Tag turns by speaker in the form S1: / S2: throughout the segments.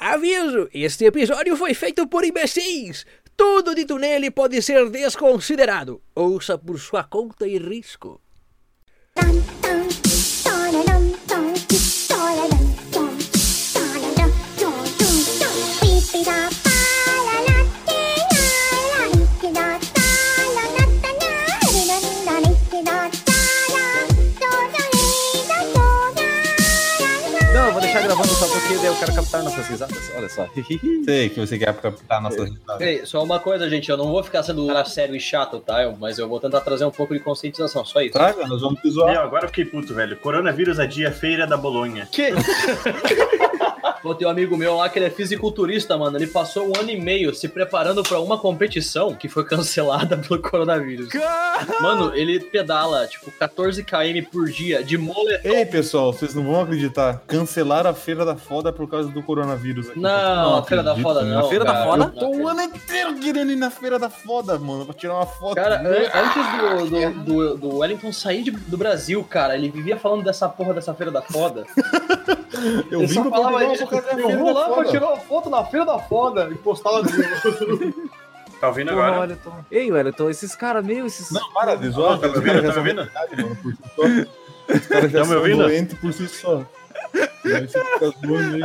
S1: Aviso: este episódio foi feito por imbecis. Tudo dito nele pode ser desconsiderado. Ouça por sua conta e risco.
S2: Não, eu vou deixar gravando só porque daí eu quero captar nossas risadas. Olha só.
S3: Sei que você quer captar nossas risadas.
S4: Ei, só uma coisa, gente, eu não vou ficar sendo um cara sério e chato, tá? Eu- mas eu vou tentar trazer um pouco de conscientização, só isso.
S3: Traga, nós vamos te
S5: Meu,
S3: zoar.
S5: agora eu fiquei puto, velho. Coronavírus adia a feira da Bolonha.
S4: Que? Pô, tem um amigo meu lá que ele é fisiculturista, mano. Ele passou um ano e meio se preparando pra uma competição que foi cancelada pelo coronavírus. Mano, ele pedala, tipo, 14 km por dia de moletom.
S3: Ei, pessoal, vocês não vão acreditar. Cancelaram a Feira da Foda por causa do coronavírus. Aqui.
S4: Não, a Feira da
S3: acredito,
S4: Foda
S3: né?
S4: não,
S3: A Feira da
S4: cara.
S3: Foda?
S4: Eu
S3: tô o ano inteiro querendo ir na Feira da Foda, mano, pra tirar uma foto.
S4: Cara, an- antes do, do, do, do Wellington sair de- do Brasil, cara, ele vivia falando dessa porra dessa feira da foda.
S3: eu
S4: ele
S3: vim
S4: só
S3: pra
S4: falava
S3: Portugal
S4: isso.
S3: por causa da
S4: Eu
S3: Feira
S4: vou
S3: da
S4: lá pra
S3: Foda.
S4: tirar uma foto na feira da foda e postava
S5: Tá ouvindo
S6: Porra,
S5: agora?
S6: Wellington. Ei, Wellington, esses caras meio. Esses...
S3: Não, para de zoar.
S5: Tá me ouvindo? Tá
S3: é
S5: me ouvindo? Tá me ouvindo?
S3: doente por si só. A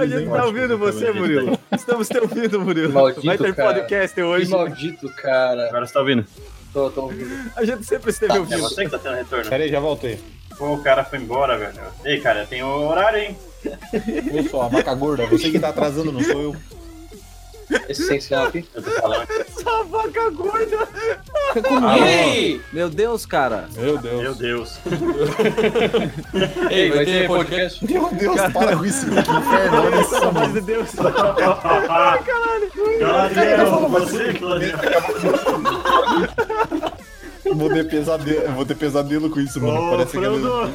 S6: A gente
S3: né?
S6: tá ouvindo você, Murilo. Estamos te ouvindo, Murilo.
S4: Maldito,
S6: Vai ter
S4: cara.
S6: podcast
S4: Que
S6: hoje.
S4: maldito, cara.
S5: Agora você tá ouvindo.
S4: Tô, tô ouvindo.
S6: A gente sempre esteve
S5: É
S6: ouvindo.
S5: você que tá tendo retorno.
S3: Pera aí, já voltei.
S5: Pô, o cara foi embora, velho. Ei, cara, tem o horário, hein?
S3: Ô, só, a vaca gorda, você que tá atrasando, não sou eu.
S4: Esse sem sinal aqui.
S5: Eu tô falando.
S6: Essa vaca gorda.
S4: Ei!
S6: Meu Deus, cara.
S3: Meu Deus.
S5: Meu Deus.
S4: Ei, vai ter podcast?
S3: Meu Deus, para com isso. Que inferno, olha só,
S6: Pelo
S3: mano.
S6: amor de Deus.
S5: Caralho. Gabriel, você, Claudio.
S3: Eu Vou ter pesadelo, eu vou ter pesadelo com isso, mano. Parece que eu,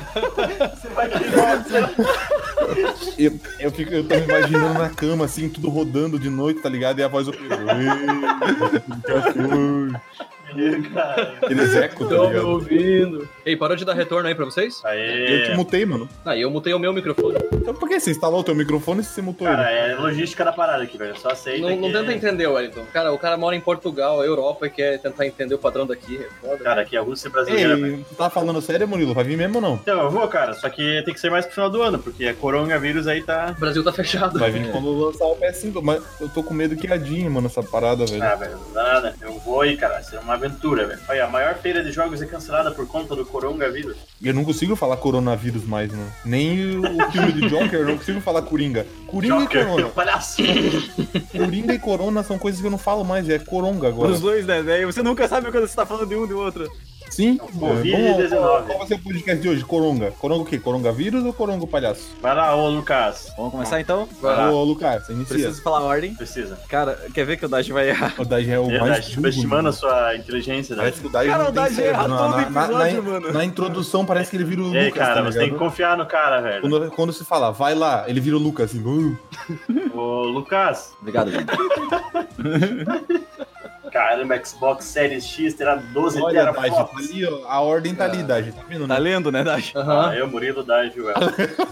S3: eu, eu fico, eu tô me imaginando na cama, assim, tudo rodando de noite, tá ligado? E a voz do Eles eco, tá
S4: Tô me
S3: ligado?
S4: ouvindo. Ei, parou de dar retorno aí pra vocês?
S3: Eu te
S5: Aê.
S3: mutei, mano.
S4: Aí eu mutei o meu microfone.
S3: Então por que você instalou o teu microfone se você mutou
S5: Cara,
S3: ele?
S5: é logística da parada aqui, velho. Só aceita
S4: Não, não
S5: que-
S4: tenta entender, Wellington. Cara, o cara mora em Portugal, Europa, e quer tentar entender o padrão daqui. É foda.
S5: Cara, aqui é Rússia brasileira, velho.
S3: Ei, tu tá falando sério, Murilo? Vai vir mesmo ou não?
S5: Então, eu vou, cara. Só que tem que ser mais pro final do ano, porque a coronavírus aí tá...
S4: O Brasil tá fechado.
S3: Vai
S5: É.
S3: vir quando lançar o PS5, mas eu tô com medo que adinhe, mano, essa parada, velho.
S5: Ah, velho, não dá nada. Eu vou aí, cara. Será uma aventura, velho. Olha, a maior feira de jogos é cancelada por conta do coronavírus.
S3: Eu não consigo falar coronavírus mais, mano. Nem o filme de Joker, eu não consigo falar Coringa. Coringa e
S5: Joker,
S3: Corona.
S5: meu palhaço.
S3: Coringa e Corona são coisas que eu não falo mais, é Coronga agora.
S6: Os dois, né, velho? Você nunca sabe quando você tá falando de um e do outro.
S3: Sim.
S5: Covid-19.
S3: É, Qual qual vai ser o podcast de hoje? Coronga. Coronga o quê? Coronavírus ou Coronga o palhaço?
S5: Vai lá, ô Lucas.
S6: Vamos começar então?
S5: Vai lá.
S3: Ô, Lucas, você inicia.
S6: Preciso falar a ordem.
S5: Precisa.
S6: Cara, quer ver que o Dash vai errar?
S3: O Daj é o
S5: Verdade,
S3: mais
S5: subestimando a sua inteligência, né?
S3: Parece que o Daj
S6: Cara,
S3: não
S6: o
S3: tem
S6: Daj
S3: cérebro.
S6: erra
S3: na,
S6: todo
S3: na-
S6: episódio,
S3: na-
S6: mano.
S3: na introdução parece que ele vira o
S5: Ei,
S3: Lucas,
S5: cara,
S3: tá
S5: você tem que
S3: ligado?
S5: confiar no cara, velho.
S3: Quando, quando se fala, vai lá, ele vira o Lucas, assim. "Uh".
S5: Ô, Lucas,
S6: Obrigado, gente.
S5: caramba, Xbox Series X terá 12
S3: Olha, Daj, tá
S5: teraflops.
S3: ali, ó, a ordem tá ali, Daj, tá vendo?
S6: Tá
S3: né?
S6: lendo, né, Dash?
S4: Aham.
S5: Ah, eu, Murilo Dágio, velho.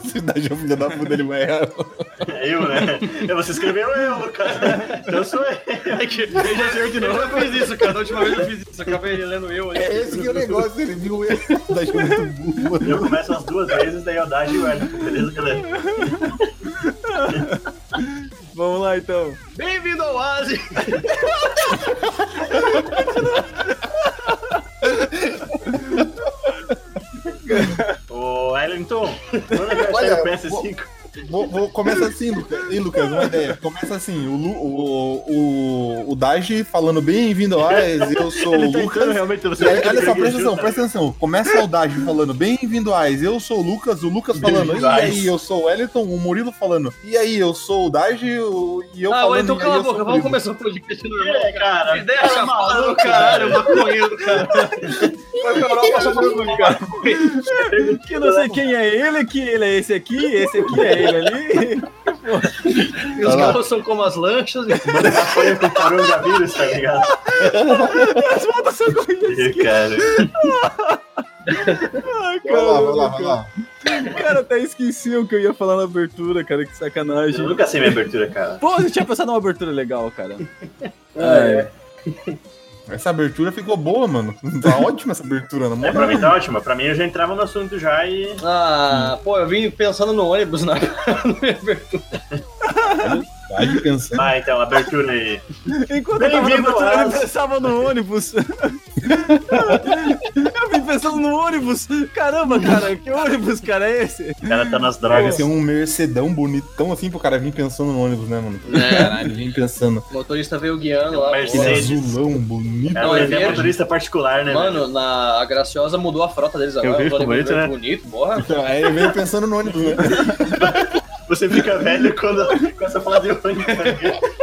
S3: Se o Daj é o filho da puta, ele vai errar.
S5: É eu, né? É você escreveu eu, Lucas. Então sou eu. É que eu já saiu de novo.
S4: Eu já fiz isso, cara. Da última vez eu fiz isso. Acabei lendo eu ali.
S3: É esse que é o negócio, ele viu ele. O Daj é muito burro, mano.
S5: Eu começo as duas vezes, daí eu Dágio, velho. Beleza, galera?
S6: Vamos lá, então.
S4: Bem-vindo ao Oase!
S5: Ô, Wellington, quando é que vai
S3: Olha,
S5: sair o PS5?
S3: Vou, vou- começa assim, Lucas. Ei, Lucas, uma ideia. Começa assim, o, Lu, o, o, o Daji falando bem-vindo a Ais, eu sou o
S4: tá
S5: Então,
S3: Lucas.
S5: realmente, eu não
S3: E
S5: sei
S3: aí,
S5: porque
S3: olha
S5: eu
S3: só,
S5: peguei
S3: presta atenção,
S5: junto,
S3: presta atenção. Começa o Daji falando bem-vindo a Ais, eu sou o Lucas, o Lucas falando,
S5: Bem-vindo,
S3: e
S5: Ais."
S3: aí, eu sou o Wellington, o Murilo falando, e aí, eu sou o Daji, o- e eu
S4: Ah,
S3: falando,
S4: olha, então
S3: "E aí,
S4: cala a
S3: eu sou
S4: boca,
S3: o
S4: vamos
S3: Murilo."
S4: começar o podcast normal.
S5: É, cara.
S4: Que ideia chapada do
S5: cara.
S4: caralho, maconheiro, cara. Vai pra Europa só pra dormir, cara.
S6: Que não sei quem é ele, que ele é esse aqui, esse aqui é ele ali.
S4: E os carros são como as lanchas.
S5: Mano, já foi com o coronavírus, tá ligado?
S6: As voltas são corridas.
S5: Ih, cara.
S6: Ai,
S3: Vai lá, vai lá,
S6: cara.
S3: vai lá.
S6: Cara, até esqueci o que eu ia falar na abertura, cara. Que sacanagem.
S5: Eu nunca sei minha abertura, cara.
S6: Pô, eu tinha pensado numa abertura legal, cara. É.
S3: Essa abertura ficou boa, mano. Tá ótima essa abertura, na
S5: É, pra
S3: moral.
S5: mim tá ótimo. Pra mim eu já entrava no assunto já e.
S4: Ah, pô, eu vim pensando no ônibus né? na na minha abertura.
S3: Vai de pensando.
S5: Ah, então, abertura aí.
S6: Enquanto eu tava na
S5: Bem-vindo
S6: abertura,
S5: ao
S6: eu pensava no ônibus. eu vim pensando no ônibus. Caramba, cara, que ônibus, cara, é esse?
S5: O cara tá nas
S3: Deve
S5: drogas.
S3: ser um mercedão bonitão assim pro cara vir pensando no ônibus, né, mano? Caralho, vim pensando.
S4: É, O motorista veio guiando lá.
S5: Mas
S4: pô.
S3: Aquele
S5: Mercedes.
S3: azulão bonito.
S5: É,
S4: Não,
S5: mas
S4: é
S5: ele é
S4: verde.
S5: motorista particular, né?
S4: Mano, na, a Graciosa mudou a frota deles agora.
S5: vi,
S4: o
S5: ficou
S4: ônibus
S5: bonito,
S4: veio
S5: né?
S4: bonito, porra.
S3: Então,
S6: É.
S3: aí ele veio pensando no ônibus, né?
S5: velho? Você fica velho quando começa a falar de ônibus. né?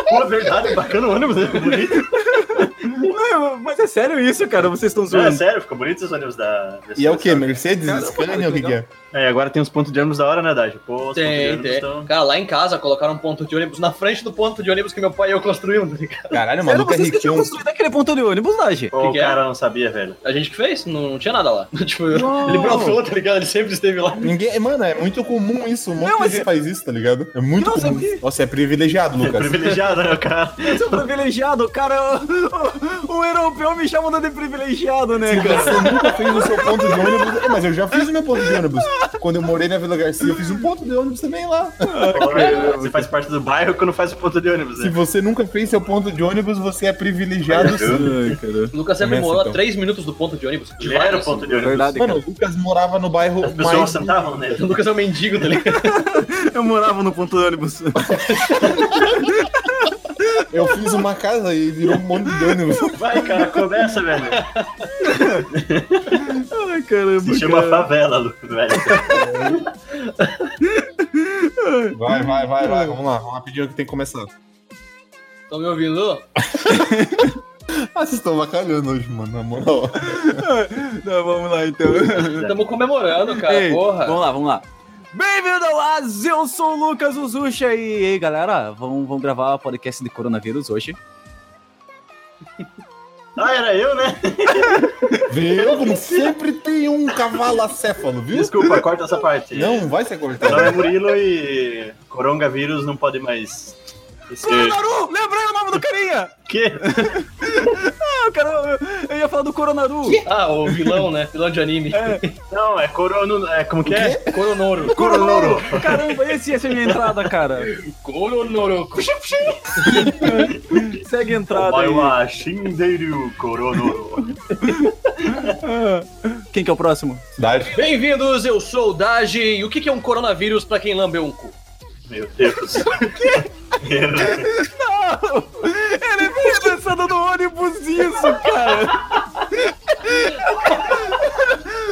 S5: Pô, verdade, bacana o ônibus, né? Ficou bonito.
S6: Não, mas é sério isso, cara, vocês estão
S5: Não, é
S6: zoando.
S5: sério, ficou bonito os ônibus da.
S3: E é o quê? Mercedes? Scania? O que, que é?
S5: É, agora tem uns pontos de ônibus da hora, né, Dade? Pô, os pontos de
S4: Tem,
S5: ônibus
S4: tem.
S5: tão-
S4: Cara, lá em casa colocaram um ponto de ônibus na frente do ponto de ônibus que meu pai e eu construímos. tá ligado?
S3: Caralho, o
S6: Sério,
S3: maluco é
S6: vocês que tinham
S3: riquinho.
S6: construído aquele ponto de ônibus lá, gente.
S5: Pô,
S4: que
S5: o
S4: é?
S5: cara não sabia, velho.
S4: A gente que fez, não, não tinha nada lá. Tipo,
S6: Não.
S4: ele brofou, tá ligado? Ele sempre esteve lá.
S3: Ninguém, mano, é muito comum isso. Um monte
S6: Não, mas
S3: de
S6: é-
S3: gente faz isso, tá ligado? É muito
S6: Não, sabe
S3: comum.
S6: que-
S3: Nossa, é privilegiado, Lucas.
S5: Privilegiado, né, o cara?
S6: Eu sou privilegiado, cara. O, o- o europeu me chamando de privilegiado, né, cara?
S3: Você nunca fez o seu ponto de ônibus. É, mas eu já fiz o meu ponto de ônibus. Quando eu morei na Vila Garcia, eu fiz um ponto de ônibus também lá.
S5: Você faz parte do bairro quando faz o ponto de ônibus,
S3: Se
S5: né?
S3: você nunca fez seu ponto de ônibus, você é privilegiado. sim.
S6: Ai, cara.
S4: O Lucas sempre
S3: Começa,
S4: morou a
S3: então.
S4: 3 minutos do ponto de ônibus. De
S5: Ele era
S4: várias,
S5: o ponto
S4: assim.
S5: de ônibus.
S6: Verdade,
S3: Mano,
S6: cara.
S3: o Lucas morava no bairro
S5: As pessoas
S3: mais.
S5: sentavam nele.
S4: O Lucas é um mendigo, tá ligado?
S6: Eu morava no ponto de ônibus.
S3: Eu fiz uma casa e virou um monte de ônibus.
S5: Vai, cara, começa, velho.
S6: Ai, caramba,
S5: Se chama
S6: cara.
S5: favela, Lu- velho.
S3: Vai, vai, vai, vai. Vamos lá, vamos rapidinho que tem que começar.
S4: Estão me ouvindo?
S3: Ah, vocês estão bacalhando hoje, mano, na moral.
S6: Não, vamos lá, então.
S4: Estamos comemorando, cara,
S6: Ei,
S4: porra.
S6: Vamos lá, vamos lá. Bem-vindo lá, eu sou o Lucas Uzucha e ei, galera, vamos, vamos gravar podcast de coronavírus hoje.
S5: Ah, era eu, né?
S3: Viu? Como sempre tem um cavalo acéfalo, viu?
S5: Desculpa, corta essa parte.
S3: Não vai ser
S5: Meu
S3: cortado.
S5: nome é Murilo e coronavírus não pode mais ser...
S6: Coronaru! Lembrei o nome do carinha!
S5: Quê?
S6: Ah, cara, eu- eu ia falar do Coronaru.
S4: Ah, o vilão, né? Vilão de anime.
S5: Não, é corono... É, como que é?
S4: Coronoro.
S6: Coronaru! Caramba, esse ia ser minha entrada, cara.
S4: Coronoro.
S6: Segue a entrada aí.
S5: Baiwa Shindeiryu Coronoro.
S6: Ah, Quem que é o próximo?
S3: Dade.
S4: Bem-vindos, eu sou o Daji. E o que que é um coronavírus pra quem lambeu um cu?
S5: Meu Deus.
S6: Ele veio dançando no ônibus isso, cara!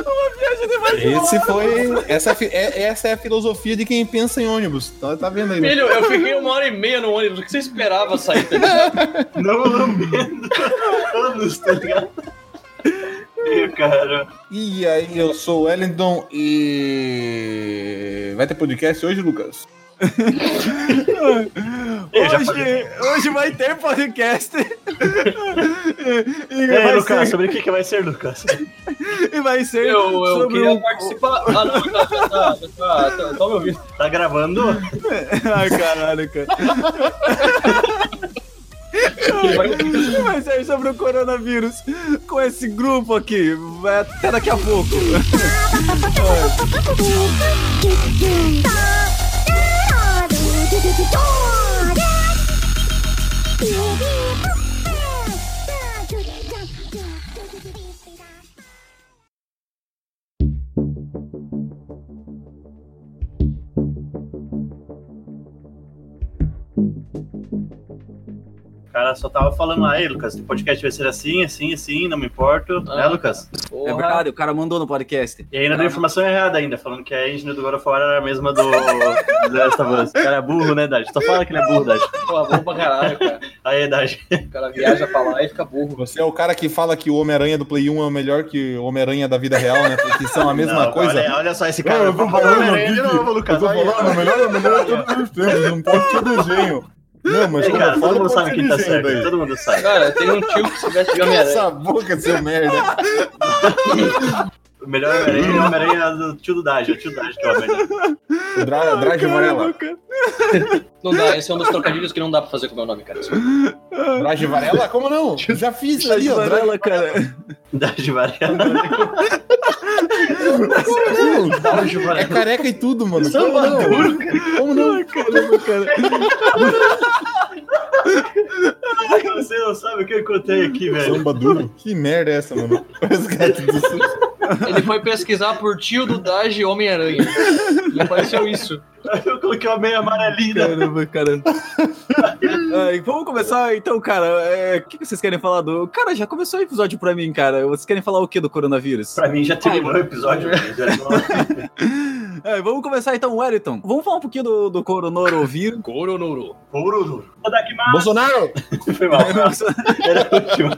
S6: Uma viagem de mais
S3: Esse foi. Essa, fi- é, essa é a filosofia de quem pensa em ônibus. Tá, tá vendo aí? né?
S4: Filho, eu fiquei uma hora e meia no ônibus. O que você esperava sair? tá ligado?
S5: Não lambendo anos, tá ligado? Meu cara.
S3: E aí, eu sou o Wellington e. Vai ter podcast hoje, Lucas?
S5: Eu já
S6: Hoje, hoje vai ter podcast. e, e
S5: Ei,
S6: vai
S5: Lucas,
S6: ser,
S5: sobre o que, que vai ser, Lucas?
S6: e vai ser
S4: Eu, eu
S6: sobre
S4: queria
S6: um-
S4: participar. Ah, não, tá, tá, tá, tá, tá, tá me ouvindo.
S5: Tá gravando?
S6: Ai, caralho, cara. vai ser sobre o coronavírus com esse grupo aqui. Vai Até daqui a pouco.
S5: O cara só tava falando, aí, Lucas, o podcast vai ser assim, assim, assim, não me importo.
S4: Ah.
S5: né, Lucas?
S6: É verdade, o cara mandou no podcast.
S5: E
S3: Ah.
S5: ainda deu informação errada ainda, falando que a engine do God of War era a mesma do do Last of Us. O cara é burro, né, Dad? Só fala que ele é burro, Dad.
S4: Porra, bom pra caralho, cara.
S5: Aí, Dad.
S4: O cara viaja pra lá e fica burro.
S3: Você é o cara que fala que o Homem-Aranha do Play 1 é o melhor que o Homem-Aranha da vida real, né? Porque são a mesma
S5: Não,
S3: coisa.
S5: Olha, olha só esse cara.
S3: eu tô
S5: Vamos falar do
S3: falando
S5: Homem-Aranha de
S3: aqui,
S5: novo, Lucas.
S3: Eu tô
S5: olha aí.
S3: falando, o melhor é o melhor de todos os tempos, não pode ser desenho. Não, mas
S5: Ei,
S3: quando
S5: cara,
S3: eu falo,
S5: todo mundo
S3: pode
S5: sabe
S3: ser
S5: quem tá
S3: desenho
S5: certo.
S3: daí.
S5: Todo mundo sabe.
S4: Cara, tem um tio que se veste de
S3: Cala
S4: Homem-Aranha.
S3: essa boca, seu merda.
S5: O melhor Homem-Aranha é o Homem-Aranha do tio do Daja. O tio do Daja que é o Homem-Aranha.
S3: O Dra Drage Varela.
S4: Não dá, esse é um dos trocadilhos que não dá pra fazer com o meu nome, cara. desculpa.
S3: Drage Varela? Como não? Já fiz ali, ó. Drage
S6: Varela, cara.
S5: Daja Varela.
S3: Como não?
S5: Daja
S3: É
S5: Varela.
S3: careca e tudo, mano. Como não? Como não?
S6: Caramba, cara.
S5: Você não sabe o que eu contei aqui, velho.
S3: Samba duro? Que merda é essa, mano? é Resgate do Sul.
S4: Ele foi pesquisar por tio do Dage Homem-Aranha. E apareceu isso.
S5: Eu coloquei uma meia amarelinha.
S6: Caramba, né, cara. Ai, vamos começar então, cara. É, O que que vocês querem falar do. Cara, já começou o episódio pra mim, cara. Vocês querem falar o que do coronavírus?
S5: Pra mim já terminou o episódio. velho. Já não-
S6: É, vamos começar então, Wellington. Vamos falar um pouquinho do, do coronavírus.
S4: Coronouro.
S5: Ouro duro. Vou dar aqui mais.
S3: Bolsonaro!
S5: Foi mal. Era a última.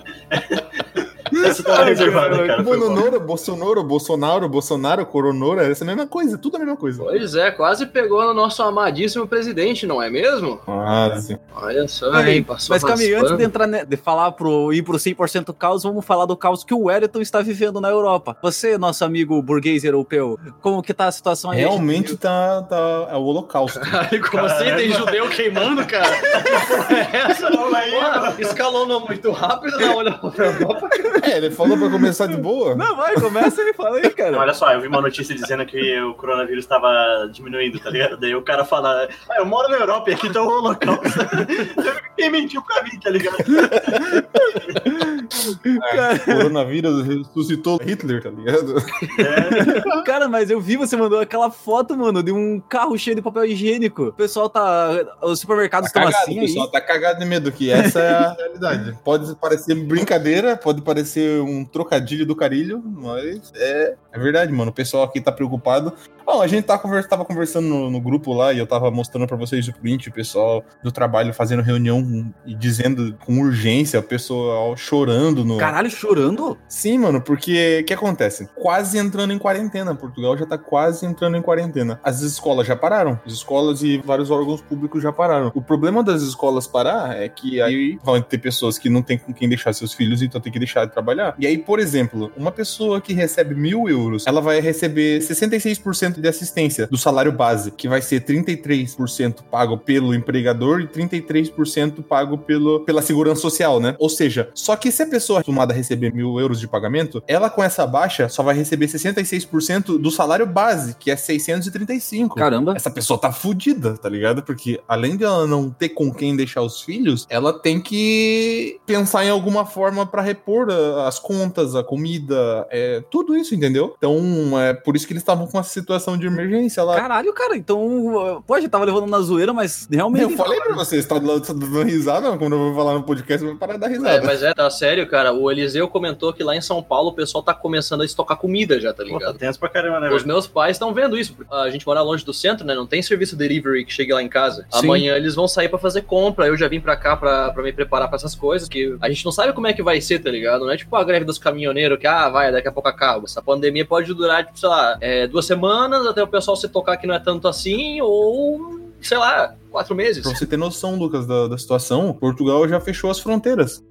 S5: Essa tava reservada, cara. Foi mal.
S3: Bononoro, Bolsonaro, Bolsonaro, Bolsonaro, Coronora, essa é a mesma coisa, tudo a mesma coisa.
S4: Pois é, quase pegou no nosso amadíssimo presidente, não é mesmo?
S3: Ah, sim.
S4: Olha só,
S6: Aí,
S4: hein, passou
S6: Mas, Camille, antes
S4: raspando.
S6: de entrar ne- de falar pro ir pro 100% caos, vamos falar do caos que o Wellington está vivendo na Europa. Você, nosso amigo burguês europeu, como que tá a situação aí?
S3: Realmente tá, tá. É o holocausto.
S4: Caralho, como assim? Tem judeu queimando, cara? É Essa
S5: Fala aí, mano.
S4: porra escalonou muito rápido na olha pra Europa.
S3: É, ele falou pra começar de boa.
S6: Não, vai, começa aí, fala aí,
S5: Não,
S6: cara.
S5: olha só, eu vi uma notícia dizendo que o coronavírus tava diminuindo, tá ligado? Daí o cara fala, ah, eu moro na Europa e aqui tá o holocausto. Quem mentiu pra mim, tá ligado?
S3: É, O coronavírus ressuscitou Hitler, tá ligado?
S6: Cara, mas eu vi você mandou aquela foto, mano, de um carro cheio de papel higiênico. O pessoal tá. Os supermercados estão assim. aí.
S3: pessoal, tá cagado de medo que essa é a realidade. Pode parecer brincadeira, pode parecer um trocadilho do carilho, mas é, é verdade, mano. O pessoal aqui tá preocupado. Bom, a gente tá conversa, tava conversando no, no grupo lá e eu tava mostrando pra vocês o print, o pessoal do trabalho fazendo reunião e dizendo com urgência, o pessoal chorando no.
S6: Caralho, chorando?
S3: Sim, mano, porque o que acontece? Quase entrando em quarentena. Portugal já tá quase entrando em quarentena. As escolas já pararam. As escolas e vários órgãos públicos já pararam. O problema das escolas parar é que aí vão ter pessoas que não tem com quem deixar seus filhos, então tem que deixar de trabalhar. E aí, por exemplo, uma pessoa que recebe mil euros, ela vai receber 66% de assistência do salário base, que vai ser 33% pago pelo empregador e 33% pago pelo, pela segurança social, né? Ou seja, só que se a pessoa é acostumada a receber mil euros de pagamento, ela com essa baixa só vai receber 66% do salário base, que é 635.
S6: Caramba.
S3: Essa pessoa tá fudida, tá ligado? Porque além de ela não ter com quem deixar os filhos, ela tem que pensar em alguma forma pra repor ah, as contas, a comida, é, tudo isso, entendeu? Então, é por isso que eles estavam com essa situação de emergência lá.
S6: Caralho, cara, então. Pô, a gente tava levando na zoeira, mas
S3: Eu
S6: realmente.
S3: falei pra vocês, tá dando tá dando risada, quando eu vou falar no podcast, eu vou parar de dar
S4: É,
S3: risada.
S4: mas é, tá sério, cara. O Eliseu comentou que lá em São Paulo o pessoal tá começando a estocar comida já, tá
S5: Pô, tá
S4: ligado?
S5: tenso pra caramba,
S6: É.
S5: né,
S4: Os
S5: velho?
S4: meus pais estão vendo isso. A gente mora longe do centro, né? Não tem serviço delivery que chegue lá em casa.
S6: Sim.
S4: Amanhã eles vão sair pra fazer compra. Eu já vim pra cá pra, pra me preparar pra essas coisas. Que a gente não sabe como é que vai ser, tá ligado? Não é tipo a greve dos caminhoneiros que, ah, vai, daqui a pouco acaba. Essa pandemia pode durar, tipo, sei lá, é, duas semanas até o pessoal se tocar que não é tanto assim, ou sei lá, quatro meses.
S3: Pra você ter noção, Lucas, da, da situação, Portugal já fechou as fronteiras.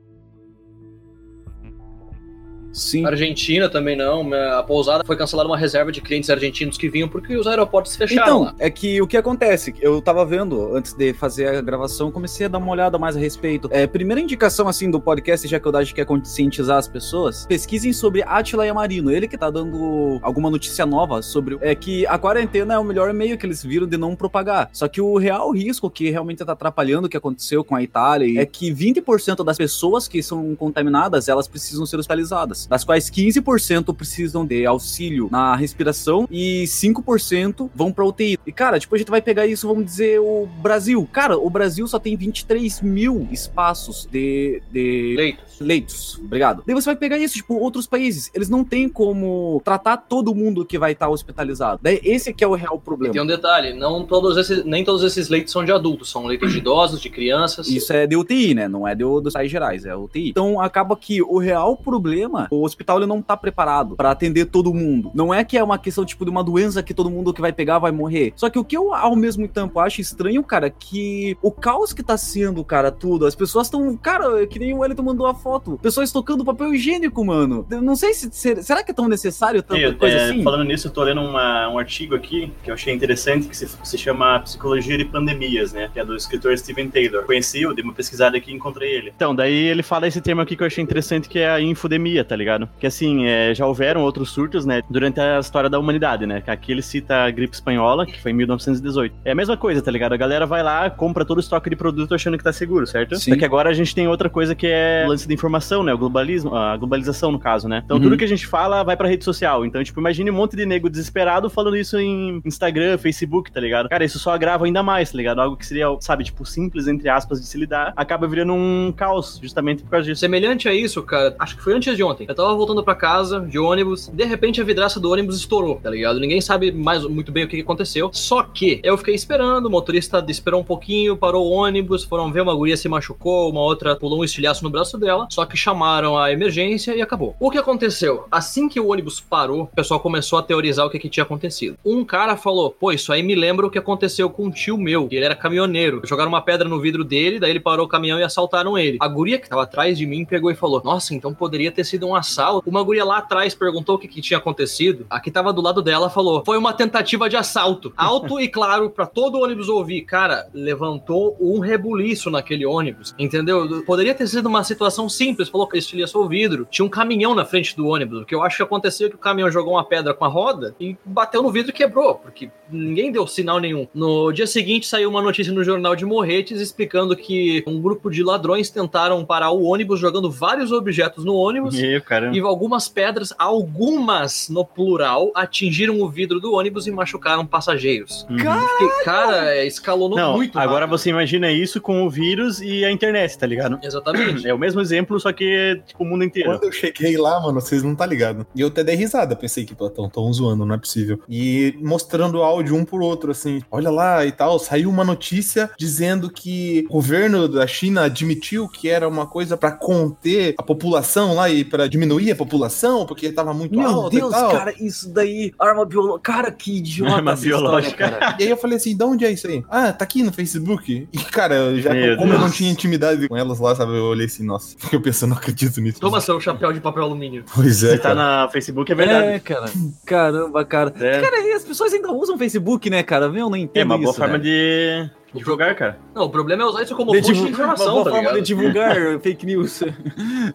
S6: Sim.
S4: Argentina também não. A pousada foi cancelada uma reserva de clientes argentinos que vinham porque os aeroportos fecharam
S6: Então,
S4: lá.
S6: é que o que acontece, eu tava vendo antes de fazer a gravação, comecei a dar uma olhada mais a respeito. É, primeira indicação, assim, do podcast, já que o Dage quer conscientizar as pessoas, pesquisem sobre Atila Yamarino, ele que tá dando alguma notícia nova sobre... É que a quarentena é o melhor meio que eles viram de não propagar. Só que o real risco que realmente tá atrapalhando o que aconteceu com a Itália é que 20% das pessoas que são contaminadas, elas precisam ser hospitalizadas, das quais 15% precisam de auxílio na respiração e 5% vão pra UTI. E, cara, tipo, a gente vai pegar isso, vamos dizer, o Brasil. Cara, o Brasil só tem 23 mil espaços de- de
S4: Leitos.
S6: leitos. Obrigado. Daí você vai pegar isso, tipo, outros países. Eles não têm como tratar todo mundo que vai estar hospitalizado. Daí esse que é o real
S4: E tem
S6: problema.
S4: um detalhe, não todos esses, nem todos esses leitos são de adultos, são leitos de idosos, de crianças.
S6: Isso é de UTI, né? Não é de, dos sais gerais, é UTI. Então acaba que o real problema O hospital ele não tá preparado pra atender todo mundo. Não é que é uma questão tipo de uma doença que todo mundo que vai pegar vai morrer. Só que o que eu ao mesmo tempo acho estranho, cara, é que o caos que tá sendo, cara, tudo, as pessoas estão, cara, é que nem o Wellington mandou a foto, pessoas tocando papel higiênico, mano. Eu não sei se ser- será que é tão necessário tanta
S5: E,
S6: coisa
S5: é,
S6: assim?
S5: Falando nisso, eu tô lendo uma- um artigo aqui que eu achei interessante, que se, se chama Psicologia de Pandemias, né? Que é do escritor Steven Taylor. Conheci, eu dei uma pesquisada aqui e encontrei ele. Então, daí ele fala esse termo aqui que eu achei interessante, que é a infodemia, tá ligado? Que assim, é, já houveram outros surtos, né? Durante a história da humanidade, né? Aqui ele cita a gripe espanhola, que foi em 1918. É a mesma coisa, tá ligado? A galera vai lá, compra todo o estoque de produto achando que tá seguro, certo?
S6: Sim.
S5: Só que agora a gente tem outra coisa que é o lance da informação, né? O globalismo, a globalização, no caso, né? Então
S6: Uhum.
S5: tudo que a gente fala vai pra rede social. Então, tipo, imagine um monte de nego desesperado falando isso em Instagram, Facebook, tá ligado? Cara, isso só agrava ainda mais, tá ligado? Algo que seria, sabe, tipo, simples, entre aspas, de se lidar, acaba virando um caos, justamente por causa disso.
S4: Semelhante a isso, cara, acho que foi antes de ontem. Eu tava voltando pra casa de ônibus, de repente a vidraça do ônibus estourou, tá ligado? Ninguém sabe mais muito bem o que que aconteceu. Só que eu fiquei esperando, o motorista esperou um pouquinho, parou o ônibus, foram ver uma guria se machucou, uma outra pulou um estilhaço no braço dela, só que chamaram a emergência e acabou. O que aconteceu? Assim que o ônibus parou, o pessoal começou a teorizar o que, que tinha acontecido. Um cara falou: "Pô, isso aí me lembra o que aconteceu com um tio meu, que ele era caminhoneiro. Jogaram uma pedra no vidro dele, daí ele parou o caminhão e assaltaram ele. A guria que tava atrás de mim pegou e falou: Nossa, então poderia ter sido um assalto. Uma guria lá atrás perguntou o que, que tinha acontecido. A que tava do lado dela falou: Foi uma tentativa de assalto. Alto e claro pra todo ônibus ouvir. Cara, levantou um rebuliço naquele ônibus, entendeu? Poderia ter sido uma situação simples. Falou que estilhaçou o vidro. Tinha um caminhão na frente do ônibus. O que eu acho que aconteceu é que o caminhão jogou uma pedra com a roda e bateu no vidro e quebrou, porque ninguém deu sinal nenhum. No dia seguinte saiu uma notícia no jornal de Morretes explicando que um grupo de ladrões tentaram parar o ônibus jogando vários objetos no ônibus.
S5: Meu, caramba.
S4: E algumas pedras, algumas no plural, atingiram o vidro do ônibus e machucaram passageiros.
S5: Uhum.
S4: Porque, cara, é, escalonou
S5: Não,
S4: muito.
S5: agora
S4: rápido.
S5: você imagina isso com o vírus e a internet, tá ligado?
S4: Exatamente.
S5: É o mesmo exemplo, só que, tipo, o mundo inteiro.
S3: Quando eu cheguei lá, mano, vocês não tá ligado. E eu até dei risada, pensei que Platão, tão zoando, não é possível. E mostrando o áudio um por outro, assim, olha lá e tal, saiu uma notícia dizendo que o governo da China admitiu que era uma coisa pra conter a população lá e pra diminuir a população, porque tava muito
S6: Meu
S3: alta
S6: Deus,
S3: e tal.
S6: cara, isso daí, arma biológica. Cara, que idiota.
S5: Arma
S6: essa história,
S5: biológica.
S6: cara.
S3: E aí eu falei assim, de onde é isso aí? Ah, tá aqui no Facebook. E, cara, eu já,
S5: Meu
S3: como eu não
S5: Deus.
S3: tinha intimidade com elas lá, sabe, eu olhei assim, nossa, fiquei pensando, não acredito nisso.
S4: Toma seu chapéu de papel alumínio.
S3: Pois é,
S5: Se
S3: cara.
S5: tá na Facebook, é verdade.
S6: É, cara. Caramba, cara.
S5: É,
S6: Cara, e as pessoas ainda usam Facebook, né, cara? Meu, não entendo
S5: é uma boa
S6: isso,
S5: forma
S6: né?
S5: de... de jogar, cara.
S4: Não, o problema é usar isso como
S6: De
S4: fonte de
S6: divul-
S4: informação,
S6: uma boa
S4: tá
S6: forma
S4: ligado?
S6: de divulgar fake news.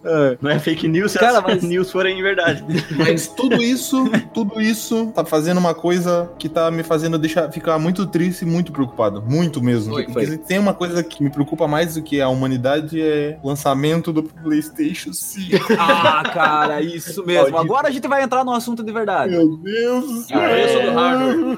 S6: É.
S5: Não é fake news se
S6: Cara,
S5: as
S6: mas-
S5: news forem verdade.
S3: Mas tudo isso, tudo isso tá fazendo uma coisa que tá me fazendo deixar ficar muito triste e muito preocupado. Muito mesmo.
S4: Foi,
S3: Porque se tem uma coisa que me preocupa mais do que a humanidade é o lançamento do PlayStation 5.
S6: ah, cara, isso mesmo.
S3: Pode.
S6: Agora a gente vai entrar no assunto de verdade.
S3: Meu Deus do
S4: E o preço Ah, do hardware.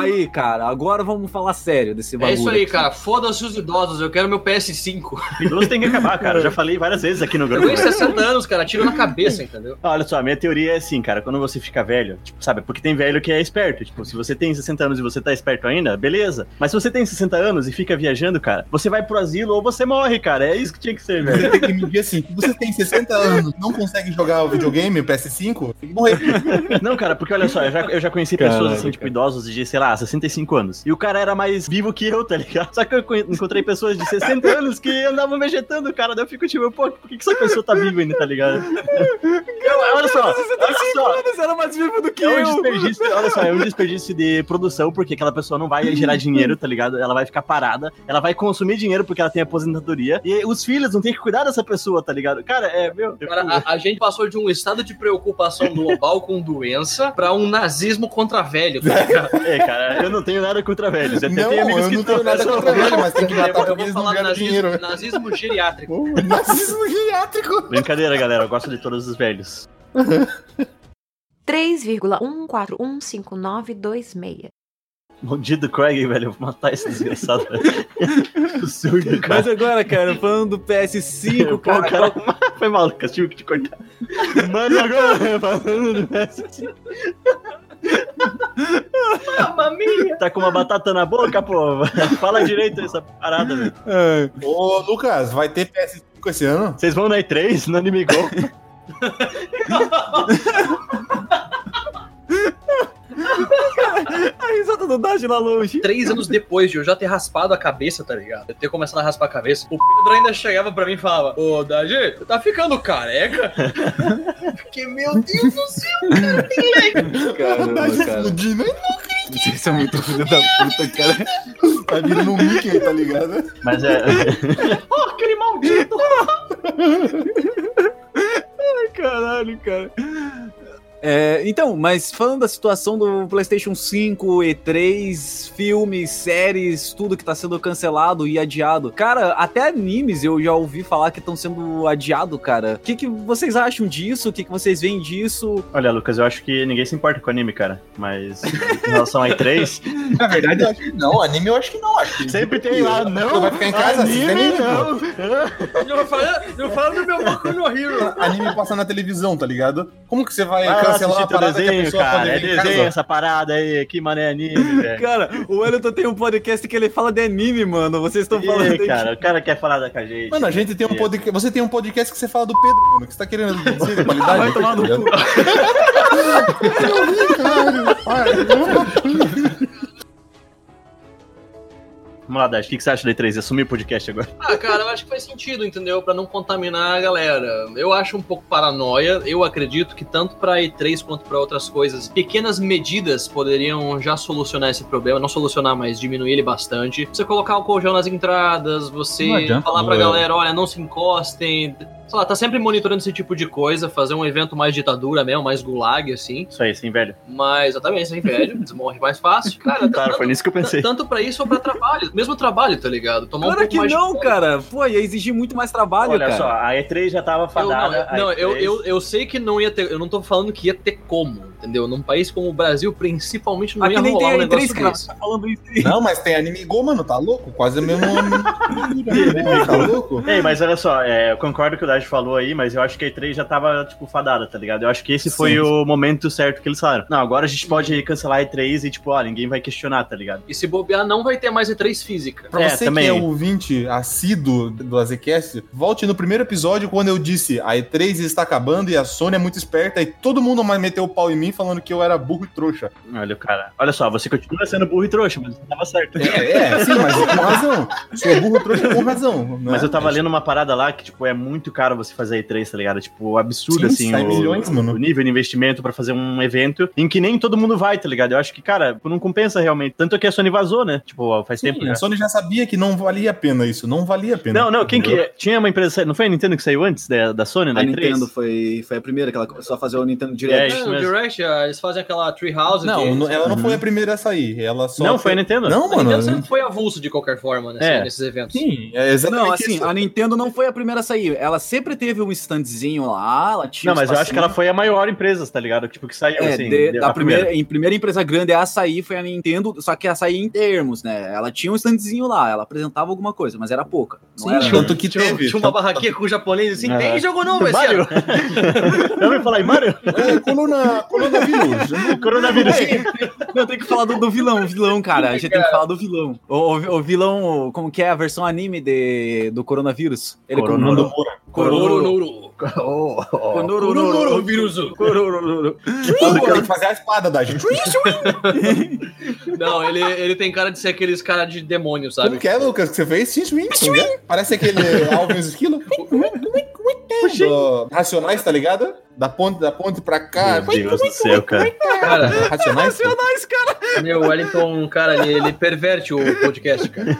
S6: Aí, cara, agora vamos falar sério desse
S4: É
S6: bagulho.
S4: isso aí, cara. Foda-se os idosos. Eu quero meu PS5.
S5: Idoso tem que acabar, cara. Eu já falei várias vezes aqui no
S4: Eu
S5: grupo.
S4: tenho
S6: é-
S4: 60 anos, cara. Tiro na cabeça, entendeu?
S5: Olha só, a minha teoria é assim, cara, quando você fica velho, tipo, sabe, porque tem velho que é esperto, tipo, se você tem 60 anos e você tá esperto ainda, beleza. Mas se você tem 60 anos e fica viajando, cara, você vai pro asilo ou você morre, cara. É isso que tinha que ser, velho.
S3: Você tem que medir assim, se você tem 60 anos não consegue jogar o videogame, o PS5, tem que morrer.
S5: Não, cara, porque olha só, eu já, eu já conheci pessoas assim, tipo, idosos de, sei lá, 65 anos. E o cara era mais vivo que eu, tá ligado? Só que eu conhe- encontrei pessoas de 60 anos que andavam vegetando, cara. Daí eu fico tipo, pô, por que, que essa pessoa tá viva ainda, tá ligado? Eu- olha só,
S3: tá
S5: olha só.
S6: Era mais vivo do que
S5: É
S6: eu.
S5: um desperdício, olha só, é um desperdício de produção, porque aquela pessoa não vai gerar dinheiro, tá ligado? Ela vai ficar parada, ela vai consumir dinheiro porque ela tem aposentadoria, e os filhos não tem que cuidar dessa pessoa, tá ligado? Cara, é, meu... eu-
S4: Cara, a, a gente passou de um estado de preocupação global com doença pra um nazismo contra velho. Tá ligado?
S5: É, cara, eu não tenho nada contra velhos, até
S3: Não,
S5: tenho amigos
S3: eu
S5: que
S3: não tenho nada
S5: são-
S3: contra ele, mas tem que
S4: Eu,
S3: matar
S4: eu
S3: porque
S4: vou
S3: eles não
S4: falar
S3: ganham
S4: nazismo,
S3: dinheiro.
S4: nazismo geriátrico.
S3: Nazismo geriátrico.
S5: Brincadeira, galera, eu gosto de todos os velhos.
S7: 3,1415926.
S5: Maldito Craig, velho, eu vou matar esse desgraçado, velho. Absurdo,
S6: Mas
S5: cara.
S6: agora, cara, falando do
S5: Pô,
S6: PS5,
S5: o
S6: cara,
S5: cara foi mal, Lucas, tive que te cortar. Mas agora, falando do PS5,
S4: Mamma mia!
S5: Tá com uma batata na boca, pô. Fala direito essa parada, velho.
S3: Ô, Lucas, vai ter PS5 esse ano?
S5: Vocês vão na E3, no Animigol.
S6: A risada do Dage lá longe.
S4: Três anos depois de eu já ter raspado a cabeça, tá ligado? Eu ter começado a raspar a cabeça, o Pedro ainda chegava pra mim e falava: Ô, Dage, você tá ficando careca? Porque, meu Deus do céu, cara, tem leque.
S6: Caramba, cara.
S3: explodindo, hein?
S6: Vocês são muito filho da puta, cara.
S3: Tá vindo um Mickey, tá ligado?
S5: Mas é.
S4: Oh, aquele maldito!
S6: Caralho, cara. É, então, mas falando da situação do PlayStation 5, E3, filmes, séries, tudo que tá sendo cancelado e adiado. Cara, até animes eu já ouvi falar que estão sendo adiado, cara. O que, que vocês acham disso? O que, que vocês veem disso?
S5: Olha, Lucas, eu acho que ninguém se importa com anime, cara. Mas em relação a E3,
S3: Na verdade, eu acho que não. Anime eu acho que não. Acho que
S5: sempre tem lá,
S3: Tu
S5: não.
S3: vai ficar em casa assistindo
S5: anime,
S3: anime, pô.
S5: não.
S4: Não fala, não fala do meu Boku no Hero.
S3: Anime passa na televisão, tá ligado? Como que você vai,
S5: Vai lá
S3: cancelar
S5: assistir
S3: a
S5: teu
S3: parada que a
S5: desenho,
S3: pessoa
S5: cara.
S3: pode
S5: É
S3: ver em casa?
S5: desenho essa parada aí. Que mané é anime,
S4: É.
S5: velho.
S6: Cara, o Wellington tem um podcast que ele fala de anime, mano. Vocês estão falando
S5: Ih,
S6: de
S5: cara, o cara quer falar da com a gente.
S3: Mano, a gente
S5: É.
S3: tem um podcast. Você tem um podcast que você fala do Pedro, mano. Que você tá querendo dizer de qualidade? tá
S6: Vai tomar no cu.
S5: Vamos lá, Dash, o que que você acha da E3? Assumir o podcast agora.
S4: Ah, cara, eu acho que faz sentido, entendeu? Pra não contaminar a galera. Eu acho um pouco paranoia. Eu acredito que tanto pra E3 quanto pra outras coisas, pequenas medidas poderiam já solucionar esse problema. Não solucionar, mas diminuir ele bastante. Você colocar o colchão nas entradas,
S3: Não
S4: você
S3: adianta,
S4: falar pra
S3: não é.
S4: galera, olha, não se encostem. Sei lá, tá sempre monitorando esse tipo de coisa, fazer um evento mais ditadura mesmo, mais gulag, assim.
S5: Isso aí, sim, velho.
S4: Mas, exatamente, sem velho, desmorre mais fácil. Cara,
S5: Cara, foi assim. nisso que eu pensei.
S4: tanto pra isso ou pra trabalho. Mesmo trabalho, tá ligado? Tomar um
S6: Claro
S4: pouco
S6: que
S4: mais de
S6: não,
S4: cuidado.
S6: cara. Pô, ia exigir muito mais trabalho,
S5: Olha
S6: cara.
S5: só, a E3 já tava
S4: Eu, não,
S5: fadada.
S4: eu, não
S5: a
S4: eu,
S5: E3
S4: eu, eu sei que não ia ter. Eu não tô falando que ia ter como, entendeu? Num país como o Brasil, principalmente, não
S6: Aqui
S4: ia
S6: nem tem
S4: rolar um
S6: a
S4: negócio
S6: E3, cara.
S4: desse.
S6: Tá falando isso aí.
S3: Não, mas tem anime Go, mano. Tá louco? Quase a mesma. tá louco?
S5: Ei, mas olha só, é, eu concordo com o Dad falou aí, mas eu acho que a E3 já tava, tipo, fadada, tá ligado? Eu acho que esse foi
S3: Sim.
S5: o momento certo que eles falaram. Não, agora a gente pode cancelar a E3 e, tipo, ó, ninguém vai questionar, tá ligado?
S4: E se bobear, não vai ter mais E3 física.
S3: Pra
S5: É,
S3: você
S5: também.
S3: que é ouvinte assíduo do Azecast, volte no primeiro episódio quando eu disse a E3 está acabando e a Sony é muito esperta e todo mundo mais meteu o pau em mim falando que eu era burro e trouxa.
S5: Olha, cara, olha só, você continua sendo burro e trouxa, mas você tava certo.
S3: É, é sim, mas com razão. Sou burro e trouxa com razão. né?
S5: Mas eu tava lendo uma parada lá que, tipo, é muito caro você fazer E3, tá ligado? Tipo, absurdo,
S3: Sim,
S5: assim,
S3: sai
S5: o,
S3: milhões, mano.
S5: o nível de investimento pra fazer um evento em que nem todo mundo vai, tá ligado? Eu acho que, cara, não compensa realmente. Tanto que a Sony vazou, né? Tipo, ó, faz tempo já.
S3: A Sony já sabia que não valia a pena isso, não valia a pena.
S5: Não, não, quem que. é? Tinha uma empresa. Não foi a Nintendo que saiu antes da, da Sony, né? da
S6: A
S5: E3?
S6: Nintendo foi, foi a primeira que ela começou a fazer o Nintendo
S5: É,
S6: Direct.
S5: isso
S4: Ah, o
S5: mesmo.
S4: Direct, ah, eles fazem aquela Treehouse.
S3: Não,
S4: que-
S3: não, ela não foi a primeira a sair. Ela só
S5: é Não, foi a Nintendo.
S3: Não,
S4: A Nintendo
S3: mano.
S4: sempre foi avulso de qualquer forma né,
S5: É.
S4: nesses eventos.
S3: Sim, é exatamente
S6: Não, assim,
S3: isso.
S6: a Nintendo não foi a primeira a sair. Ela sempre teve um standzinho lá, ela tinha
S5: Não,
S6: um
S5: mas eu acho que ela
S6: espacinho.
S5: foi a maior empresa, tá ligado? Tipo, que saiu
S6: É,
S5: assim.
S6: de-
S5: de-
S6: da
S5: a
S6: primeira, em primeira empresa grande a sair foi a Nintendo, só que a sair em termos, né? Ela tinha um standzinho lá, ela apresentava alguma coisa, mas era pouca. Não
S3: Sim,
S6: era-
S3: tinha- Tanto que
S4: tinha, um-
S3: teve.
S4: tinha uma barraquinha com o japonês assim,
S5: Aham.
S4: tem jogo novo esse
S5: Mario?
S4: ano.
S5: Eu ouvi falar em Mario?
S3: É, coluna, coluna Tipo, vírus.
S5: Coronavírus.
S6: Não, tem que falar do, do vilão, o vilão, cara. A gente tem que falar do vilão. O, o- o vilão, o- como que é a versão anime de, do coronavírus? Ele
S5: Corona-
S6: comanda o-
S4: Cororororo.
S6: Oh, oh.
S4: Cororororo, viruso.
S6: Cororororo.
S3: Tem que fazer a espada da gente.
S4: Não, ele, ele tem cara de ser aqueles cara de demônio, sabe?
S3: Como que é, Lucas, que você fez? Sim, swing, swing. Parece aquele Alvin e os Esquilo. Do Racionais, tá ligado? Da ponte, da ponte pra cá.
S5: Meu Deus do céu, cara.
S3: é?
S4: Cara,
S3: Racionais? pô?
S4: Meu, o Wellington, é um cara, ele, ele perverte o podcast, cara.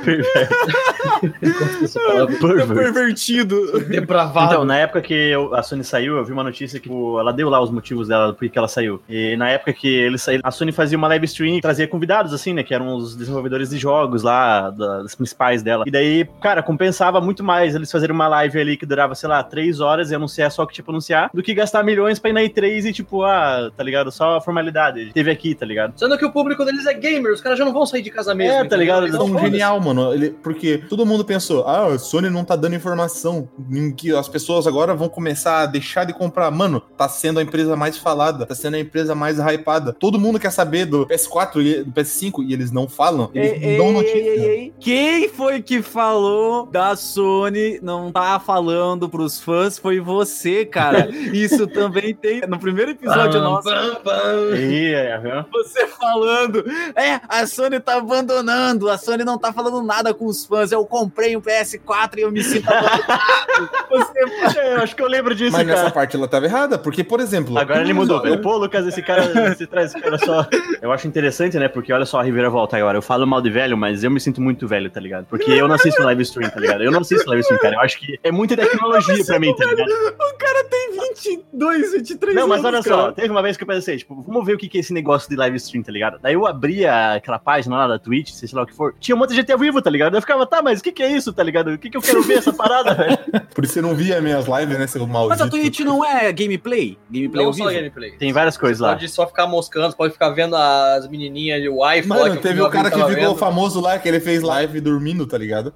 S5: Pervert.
S6: Tá Pervertido.
S4: Depravado.
S5: Então, na época que eu- a Sony saiu, eu vi uma notícia que tipo, ela deu lá os motivos dela, por que ela saiu. E na época que ele saiu, a Sony fazia uma live stream e trazia convidados, assim, né? Que eram os desenvolvedores de jogos lá, da- das principais dela. E daí, cara, compensava muito mais eles fazerem uma live ali que durava, sei lá, três horas e anunciar só o que tipo anunciar, do que gastar milhões pra ir na E3 e, tipo, ah, tá ligado? Só a formalidade. Teve aqui, tá ligado?
S4: Sendo que o público quando eles é gamer, os caras já não vão sair de casa mesmo.
S5: É, tá
S4: entendeu?
S5: ligado?
S4: Eles
S5: Eles
S3: Então,
S4: não
S5: são
S4: vão-
S3: genial, mano. Ele, porque todo mundo pensou, ah, a Sony não tá dando informação. Ninguém- As pessoas agora vão começar a deixar de comprar. Mano, tá sendo a empresa mais falada, tá sendo a empresa mais hypada. Todo mundo quer saber do PS4 e do PS5 e eles não falam. Eles não dão notícia.
S6: Quem foi que falou da Sony não tá falando pros fãs? Foi você, cara. Isso também tem no primeiro episódio nosso.
S4: Pam, pam.
S5: Ih, é, viu?
S6: Você falando, é, a Sony tá abandonando, a Sony não tá falando nada com os fãs. Eu comprei um PS4 e eu me sinto abandonado. Você
S5: É, eu acho que eu lembro disso,
S3: Mas nessa
S5: cara.
S3: parte ela tava errada, porque, por exemplo.
S5: Agora ele mudou,
S3: Eu-
S5: velho. Pô, Lucas, esse cara, esse, tra- esse cara só. Eu acho interessante, né? Porque olha só a Ribeira volta agora. Eu falo mal de velho, mas eu me sinto muito velho, tá ligado? Porque eu não assisto live stream, tá ligado? Eu não assisto live stream, cara. Eu acho que é muita tecnologia pra mim, tá ligado?
S6: o cara tem 22, 23
S5: Não, mas
S6: anos,
S5: olha
S6: cara.
S5: só, teve uma vez que eu pensei, tipo, vamos ver o que que é esse negócio de live stream, tá ligado? Daí eu abria aquela página lá da Twitch, sei lá o que for, tinha um monte de GTA vivo, tá ligado? Eu ficava, tá, mas o que que é isso, tá ligado? O que que eu quero ver essa parada, velho?
S3: Por isso você não via minhas lives, né, seu maldito.
S6: Mas a Twitch não é gameplay? Gameplay é
S4: Não
S6: ao
S4: só
S6: vivo?
S4: gameplay.
S5: Tem várias coisas lá.
S4: Pode só ficar moscando, pode ficar vendo as menininhas de Wi-Fi. lá
S3: Mano,
S4: que
S3: teve
S5: um
S4: meu
S3: o cara que
S4: amigo
S3: ficou
S4: tava vendo.
S3: famoso lá, que ele fez live dormindo, tá ligado?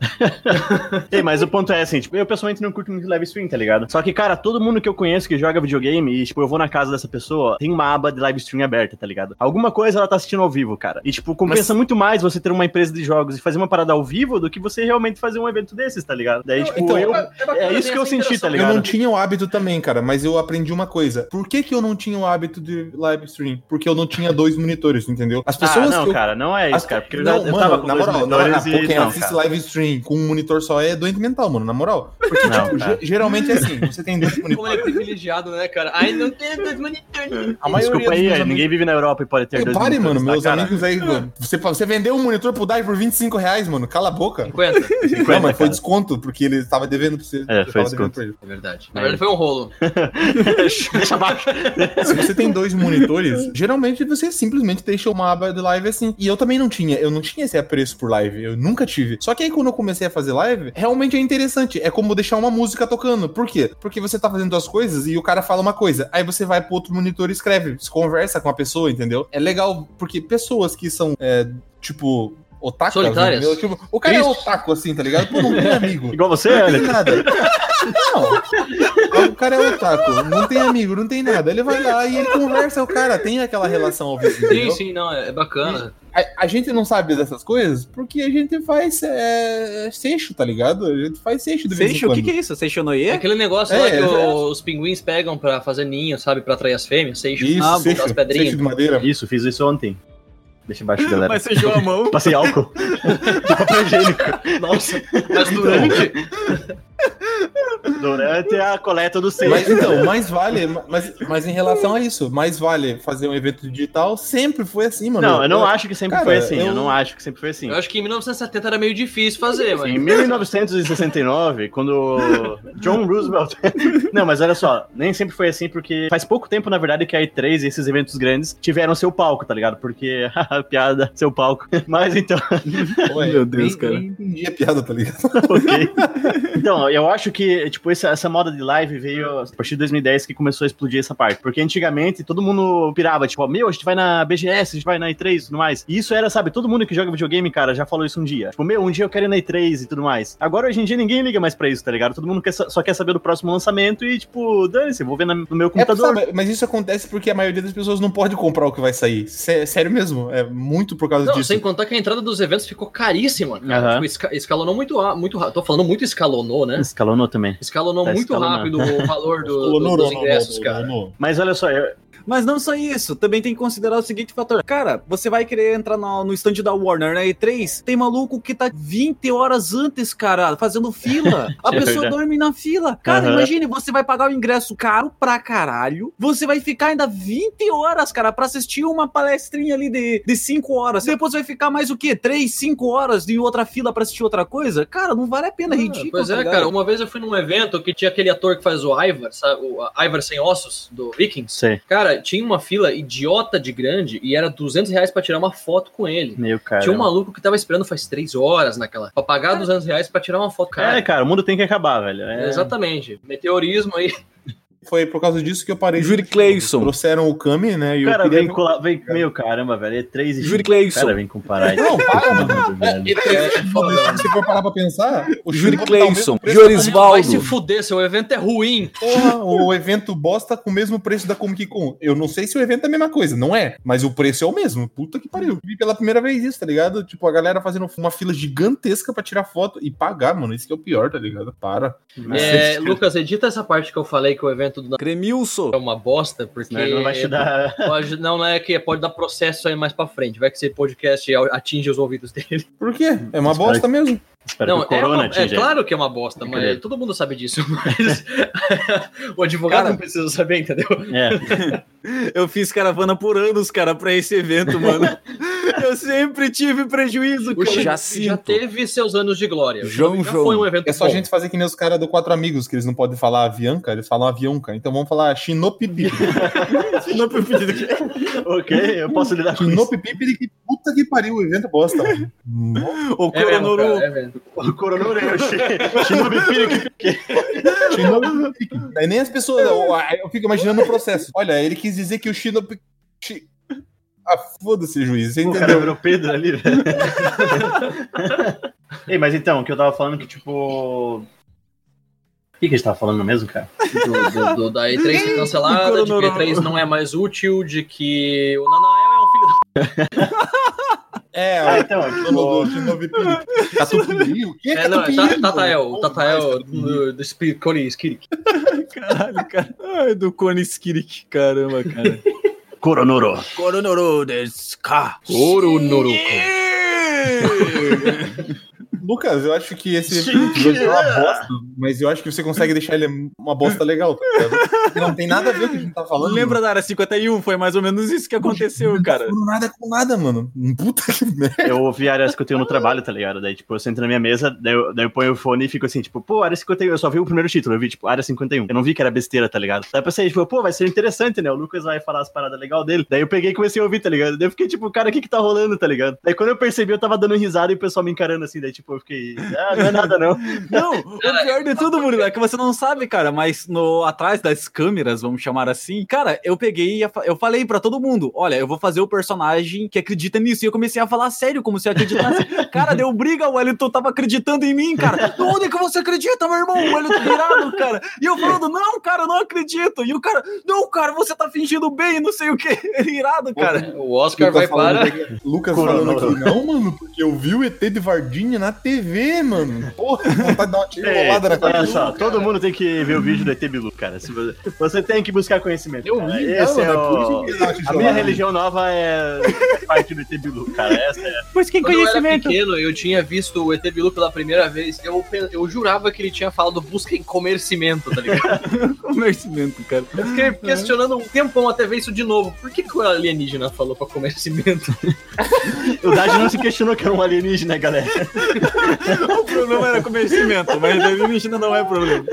S5: Ei, mas o ponto é assim, tipo, eu pessoalmente não curto muito live stream, tá ligado? Só que, cara, todo mundo que eu conheço que joga videogame e, tipo, eu vou na casa dessa pessoa, tem uma aba de live stream aberta, tá ligado? Alguma coisa ela tá assistindo ao vivo, cara. E, tipo, compensa muito mais você ter uma empresa de jogos e fazer uma parada ao vivo do que você realmente fazer um evento desses, tá ligado? Daí, tipo,
S3: então,
S5: eu.
S4: bacana
S5: é
S4: ver
S5: isso que eu
S4: essa
S5: senti, tá
S4: interação.
S5: ligado?
S3: Eu não tinha o hábito também, cara, mas eu aprendi uma coisa. Por que, que eu não tinha o hábito de live stream? Porque eu não tinha dois monitores, entendeu? As
S5: Ah,
S3: pessoas
S5: não,
S3: que eu...
S5: cara, não é isso,
S3: as-
S5: cara. Porque eu,
S3: não,
S5: já, eu
S3: mano,
S5: tava com
S3: na
S5: dois
S3: moral, na, na,
S5: monitores
S3: pô,
S5: e.
S3: quem
S5: Não,
S3: assiste
S5: cara.
S3: live stream com um monitor só é doente mental, mano, na moral. Porque,
S5: Não,
S3: tipo,
S5: cara.
S3: ge- geralmente é assim, você tem dois
S4: Como ele é
S3: monitores,
S4: privilegiado, né, cara? Ai, não tem dois monitores.
S3: a maioria
S5: Desculpa
S3: dos
S5: aí,
S3: meus
S5: aí,
S3: amigos-
S5: ninguém vive na Europa e pode ter
S3: Ei,
S5: dois
S3: Pare, mano,
S5: monitores,
S3: meus
S5: tá, cara?
S3: amigos aí. Você, você vendeu um monitor pro Dai por 25 reais, mano. Cala a boca.
S4: 50.
S3: não, mas foi
S5: cara.
S3: desconto, porque ele tava devendo pra você.
S5: É,
S3: Você
S5: foi
S3: tava devendo
S5: desconto.
S3: pra ele.
S4: É verdade. Na verdade, foi um rolo.
S5: Deixa abaixo.
S3: Se você tem dois monitores, geralmente você simplesmente deixa uma aba de live assim. E eu também não tinha, eu não tinha esse apreço por live, eu nunca tive. Só que aí quando eu comecei a fazer live, realmente é interessante. É como deixar uma música tocando. Por quê? Porque você tá fazendo duas coisas e o cara fala uma coisa. Aí você vai pro outro monitor e escreve, se conversa com a pessoa, entendeu? É legal, porque pessoas que são, é, tipo. Otaku,
S4: Solitárias.
S3: Tipo, o cara é otaku, assim, tá ligado? Pô, não tem amigo.
S5: Igual você, olha.
S3: Não tem nada. Não. O cara é otaku, não tem amigo, não tem nada. Ele vai lá e ele conversa, o cara tem aquela relação ao vivo.
S4: Sim,
S3: entendeu?
S4: sim, não, é bacana.
S3: A, a gente não sabe dessas coisas porque a gente faz é, seixo, tá ligado? A gente faz seixo de vez em
S6: Seixo, o
S3: quando.
S6: que, que é isso? Seixo
S4: É
S6: Noie?
S4: aquele negócio lá
S3: É,
S4: que
S3: é.
S4: o- os pinguins pegam pra fazer ninho, sabe? Pra atrair as fêmeas, sei
S3: Isso,
S6: Ah,
S3: seixo,
S4: as pedrinhas.
S3: seixo de madeira.
S5: Isso, fiz isso ontem. Deixa embaixo, galera.
S6: Mas sujou a mão.
S5: Passei álcool. De papel higiênico.
S4: Nossa, mas
S5: Então,
S4: durante.
S5: Durante a coleta do seio.
S3: Mas então, mais vale, mas, mas em relação a isso, mais vale fazer um evento digital, sempre foi assim, mano.
S5: Não, eu não acho que sempre
S3: Cara,
S5: foi assim. Eu...
S3: eu-
S5: não acho que sempre foi assim.
S4: Eu acho que em 1970 era meio difícil fazer,
S5: Em
S4: mas.
S5: 1969, quando John Roosevelt. Não, mas olha só, nem sempre foi assim, porque faz pouco tempo, na verdade, que a E3 e esses eventos grandes tiveram seu palco, tá ligado? Porque, haha, piada, seu palco. Mas então,
S3: Ué,
S6: Meu Deus,
S3: nem-
S6: cara.
S3: nem entendi a piada, tá ligado?
S5: ok. Então, eu acho que, tipo, essa, essa moda de live veio a partir de 2010 que começou a explodir essa parte. Porque antigamente todo mundo pirava, tipo, ó, meu, a gente vai na BGS, a gente vai na E3 e tudo mais. E isso era, sabe, todo mundo que joga videogame, cara, já falou isso um dia. Tipo, meu, um dia eu quero ir na E3 e tudo mais. Agora, hoje em dia, ninguém liga mais pra isso, tá ligado? Todo mundo quer sa- só quer saber do próximo lançamento e, tipo, dane-se, vou ver na- no meu
S3: É,
S5: computador.
S3: sabe, mas isso acontece porque a maioria das pessoas não pode comprar o que vai sair. Sé- sério mesmo, é muito por causa
S4: Não,
S3: disso.
S4: sem contar que a entrada dos eventos ficou caríssima, cara.
S5: Aham.
S4: Tipo, esca- escalonou muito, a- muito rápido. Tô falando muito escalonou, né?
S5: Escalonou também.
S4: Escalonou
S5: Tá
S4: muito
S5: escalonando.
S4: rápido o valor do- do- dos ingressos, cara.
S5: Mas olha só, eu-
S6: Mas não só isso, também tem que considerar o seguinte fator. Cara, você vai querer entrar no, no stand da Warner na E3, tem maluco que tá 20 horas antes, cara, fazendo fila. A
S5: É
S6: pessoa
S5: verdade.
S6: dorme na fila. Cara,
S5: Aham.
S6: imagine, você vai pagar o ingresso caro pra caralho, você vai ficar ainda 20 horas, cara, pra assistir uma palestrinha ali de, de 5 horas. Depois vai ficar mais o quê? 3, 5 horas em outra fila pra assistir outra coisa? Cara, não vale a pena, é ridículo.
S4: Pois
S6: tá
S4: é,
S6: ligado?
S4: cara. Uma vez eu fui num evento que tinha aquele ator que faz o Ivar, sabe? O Ivar sem ossos, do Vikings.
S5: sei,
S4: Cara, tinha uma fila idiota de grande e era 200 reais pra tirar uma foto com ele.
S5: meu cara.
S4: Tinha um maluco que tava esperando faz três horas naquela. Pra pagar 200 reais pra tirar uma foto, cara.
S5: É, cara, o mundo tem que acabar, velho. É,
S4: Exatamente. Meteorismo aí.
S3: Foi por causa disso que eu parei. de-
S6: Judy Clayson.
S3: Trouxeram o Kami, né? E
S5: Cara,
S3: eu queria
S5: vem colar. Vem, meu caramba, velho. É 3 e.
S6: Júri
S5: Cara,
S6: Clayson.
S5: vem comparar isso.
S3: Não, para, mano.
S5: Muito, velho. é
S3: Se for parar pra pensar, o
S6: Júri
S3: Shingo tá ao mesmo
S6: Clayson.
S3: preço-
S4: Vai se
S6: Jorisvaldo.
S4: fuder, seu evento é ruim.
S3: Porra, o evento bosta com o mesmo preço da Comic Con. Eu não sei se o evento é a mesma coisa, não é. Mas o preço é o mesmo. Puta que pariu. Vi pela primeira vez isso, tá ligado? Tipo, a galera fazendo uma fila gigantesca pra tirar foto e pagar, mano. Isso que é o pior, tá ligado? Para.
S4: É, Lucas, edita essa parte que eu falei que o evento do Natal
S6: Cremilson.
S4: é uma bosta, porque.
S5: Senão ele não vai te dar.
S4: Pode- não, não é que pode dar processo aí mais pra frente. Vai que esse podcast atinge os ouvidos dele.
S3: Por quê? É uma bosta mesmo.
S5: Espero
S4: não,
S5: que o
S4: é,
S5: Corona
S4: uma, é
S5: atinja.
S4: claro que é uma bosta, mas
S5: Brincadeira.
S4: todo mundo sabe disso. Mas o advogado
S6: Cara-
S4: não precisa saber, entendeu?
S5: É.
S6: Eu fiz caravana por anos, cara, pra esse evento, mano. Eu sempre tive prejuízo,
S4: O
S6: cara.
S4: Chico
S6: Já
S4: já
S6: sinto.
S4: teve seus anos de glória.
S6: João,
S4: já
S6: João.
S4: foi um evento
S3: É só a
S4: bom.
S3: gente fazer que nem os caras do Quatro Amigos, que eles não podem falar avião, cara. Eles falam avião, cara. Então vamos falar xinopipi.
S6: Não foi pedido que-
S5: ok, eu posso lidar com isso.
S3: xinopipi, que puta que pariu. O evento é bosta, mano.
S6: O
S4: É mesmo,
S6: Coronoru.
S4: cara, é mesmo.
S5: O Corona Oreoshi. Shinobi Piri.
S3: Xinopipi. Aí nem as pessoas. Eu, eu fico imaginando o processo. Olha, ele quis dizer que o xinopipi. Xi- Ah, foda-se, juiz. Você
S5: O cara
S3: entendeu?
S5: virou Pedro ali, velho. Ei, mas então, o que eu tava falando que, tipo. O que, que a gente tava falando mesmo, cara?
S4: Do, do- do- da E3 foi cancelada, de que a E3 não é mais útil, de que o Nanael é um filho da.
S3: É,
S5: Ah,
S3: o
S5: então,
S3: dono do
S5: tipo,
S3: Shinobipi. Catupiry? O que é
S4: É, não, é
S3: Catupiry?
S4: Ta- Tatael,
S3: pô?
S4: Tatael
S3: Mais Catupiry.
S4: do, do Spirit Cone Skirik.
S6: Caralho, cara. Ai, do Cone Skirik, caramba, cara.
S5: Coronoro.
S6: Coronoru desu ka.
S4: Ouro Noruko.
S3: Lucas, eu acho que esse
S5: Sim.
S3: episódio é uma bosta, mas eu acho que você consegue deixar ele uma bosta legal, tá ligado? Não tem nada a ver com o que a gente tá falando.
S6: Lembra da área 51? Foi mais ou menos isso que aconteceu, cara.
S3: mano. nada com nada, mano. Um Puta que merda.
S5: Eu ouvi áreas que eu tenho no trabalho, tá ligado? Daí, tipo, eu sento na minha mesa, daí eu, daí eu ponho o fone e fico assim, tipo, pô, área 51. Eu só vi o primeiro título, eu vi, tipo, área 51. Eu não vi que era besteira, tá ligado? Daí eu pensei, tipo, pô, vai ser interessante, né? O Lucas vai falar as paradas legais dele. Daí eu peguei e comecei a ouvir, tá ligado? Daí eu fiquei, tipo, cara, o que que tá rolando, tá ligado? Daí quando eu percebi, eu tava dando risada e o pessoal me encarando assim, daí, tipo, eu fiquei, ah, não é nada não.
S6: Não, o pior de tudo, Murilo, é que você não sabe, cara, mas no atrás das câmeras, vamos chamar assim, cara, eu peguei e ia fa- eu falei pra todo mundo, olha, eu vou fazer o personagem que acredita nisso, e eu comecei a falar sério, como se eu acreditasse. Cara, deu briga, o Wellington tava acreditando em mim, cara. Onde é que você acredita, meu irmão? O Wellington virado, cara. E eu falando, não, cara, eu não acredito. E o cara, não, cara, você tá fingindo bem, não sei o que. Irado, cara.
S4: O Oscar vai
S3: tá falando
S4: para.
S3: aqui- Lucas
S5: Coronel.
S3: falando aqui, não, mano, porque eu vi o ET de Vardinha na TV, mano. Porra, vontade de dar uma
S5: Ei,
S3: tirolada É, na
S5: olha
S3: cabeça.
S5: só, todo mundo tem que ver o vídeo do ET Bilu, cara. Se você, você tem que buscar conhecimento.
S3: Eu
S5: cara.
S3: vi,
S5: Esse
S3: não,
S5: é
S3: né? Por isso
S5: o...
S3: que ele dá uma
S5: A
S3: tijolada.
S5: minha religião nova é parte do ET Bilu, cara. Essa é.
S6: Pois quem
S4: Quando eu era
S6: conhecimento.
S4: pequeno, eu tinha visto o ET Bilu pela primeira vez. Eu, pe- eu jurava que ele tinha falado busca em comercimento, tá ligado?
S6: Conhecimento, cara.
S4: Eu fiquei questionando um tempão até ver isso de novo. Por que, que o alienígena falou pra comercimento?
S5: O Dade não se questionou que era um alienígena, galera.
S6: O problema era conhecimento, mas a alienígena não é problema.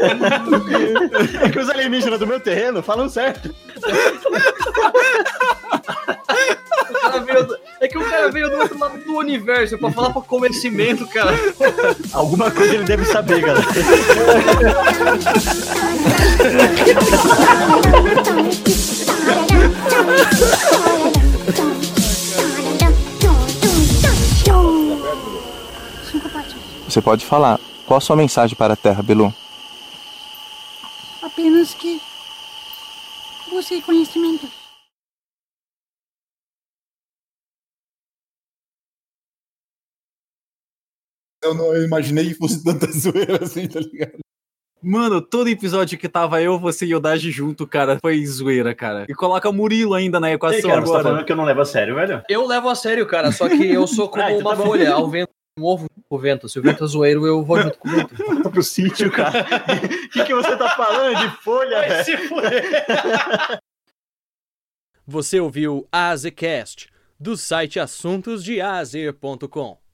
S5: É que os alienígenas do meu terreno falam certo.
S4: O cara veio do- É que o cara veio do outro lado do universo pra falar pra comercimento, cara.
S5: Alguma coisa ele deve saber, galera.
S7: Cinco patinhos.
S8: Você pode falar. Qual a sua mensagem para a Terra, Belu?
S7: Apenas que busque conhecimento.
S3: Eu não eu imaginei que fosse tanta zoeira assim, tá ligado?
S6: Mano, todo episódio que tava eu, você e o Daji junto, cara, foi zoeira, cara. E coloca Murilo ainda na equação
S5: Ei, cara, você tá
S6: agora.
S5: falando que eu não levo a sério, velho?
S4: Eu levo a sério, cara, só que eu sou como
S5: Ah, então
S4: uma
S5: tá bom.
S4: folha ao vento. Um ovo pro vento. Se o vento é zoeiro, eu vou junto com o vento.
S5: Volta pro sítio, cara. O que, que você tá falando de folha, velho?
S1: Você ouviu Azecast, do site AssuntosDeAze.com.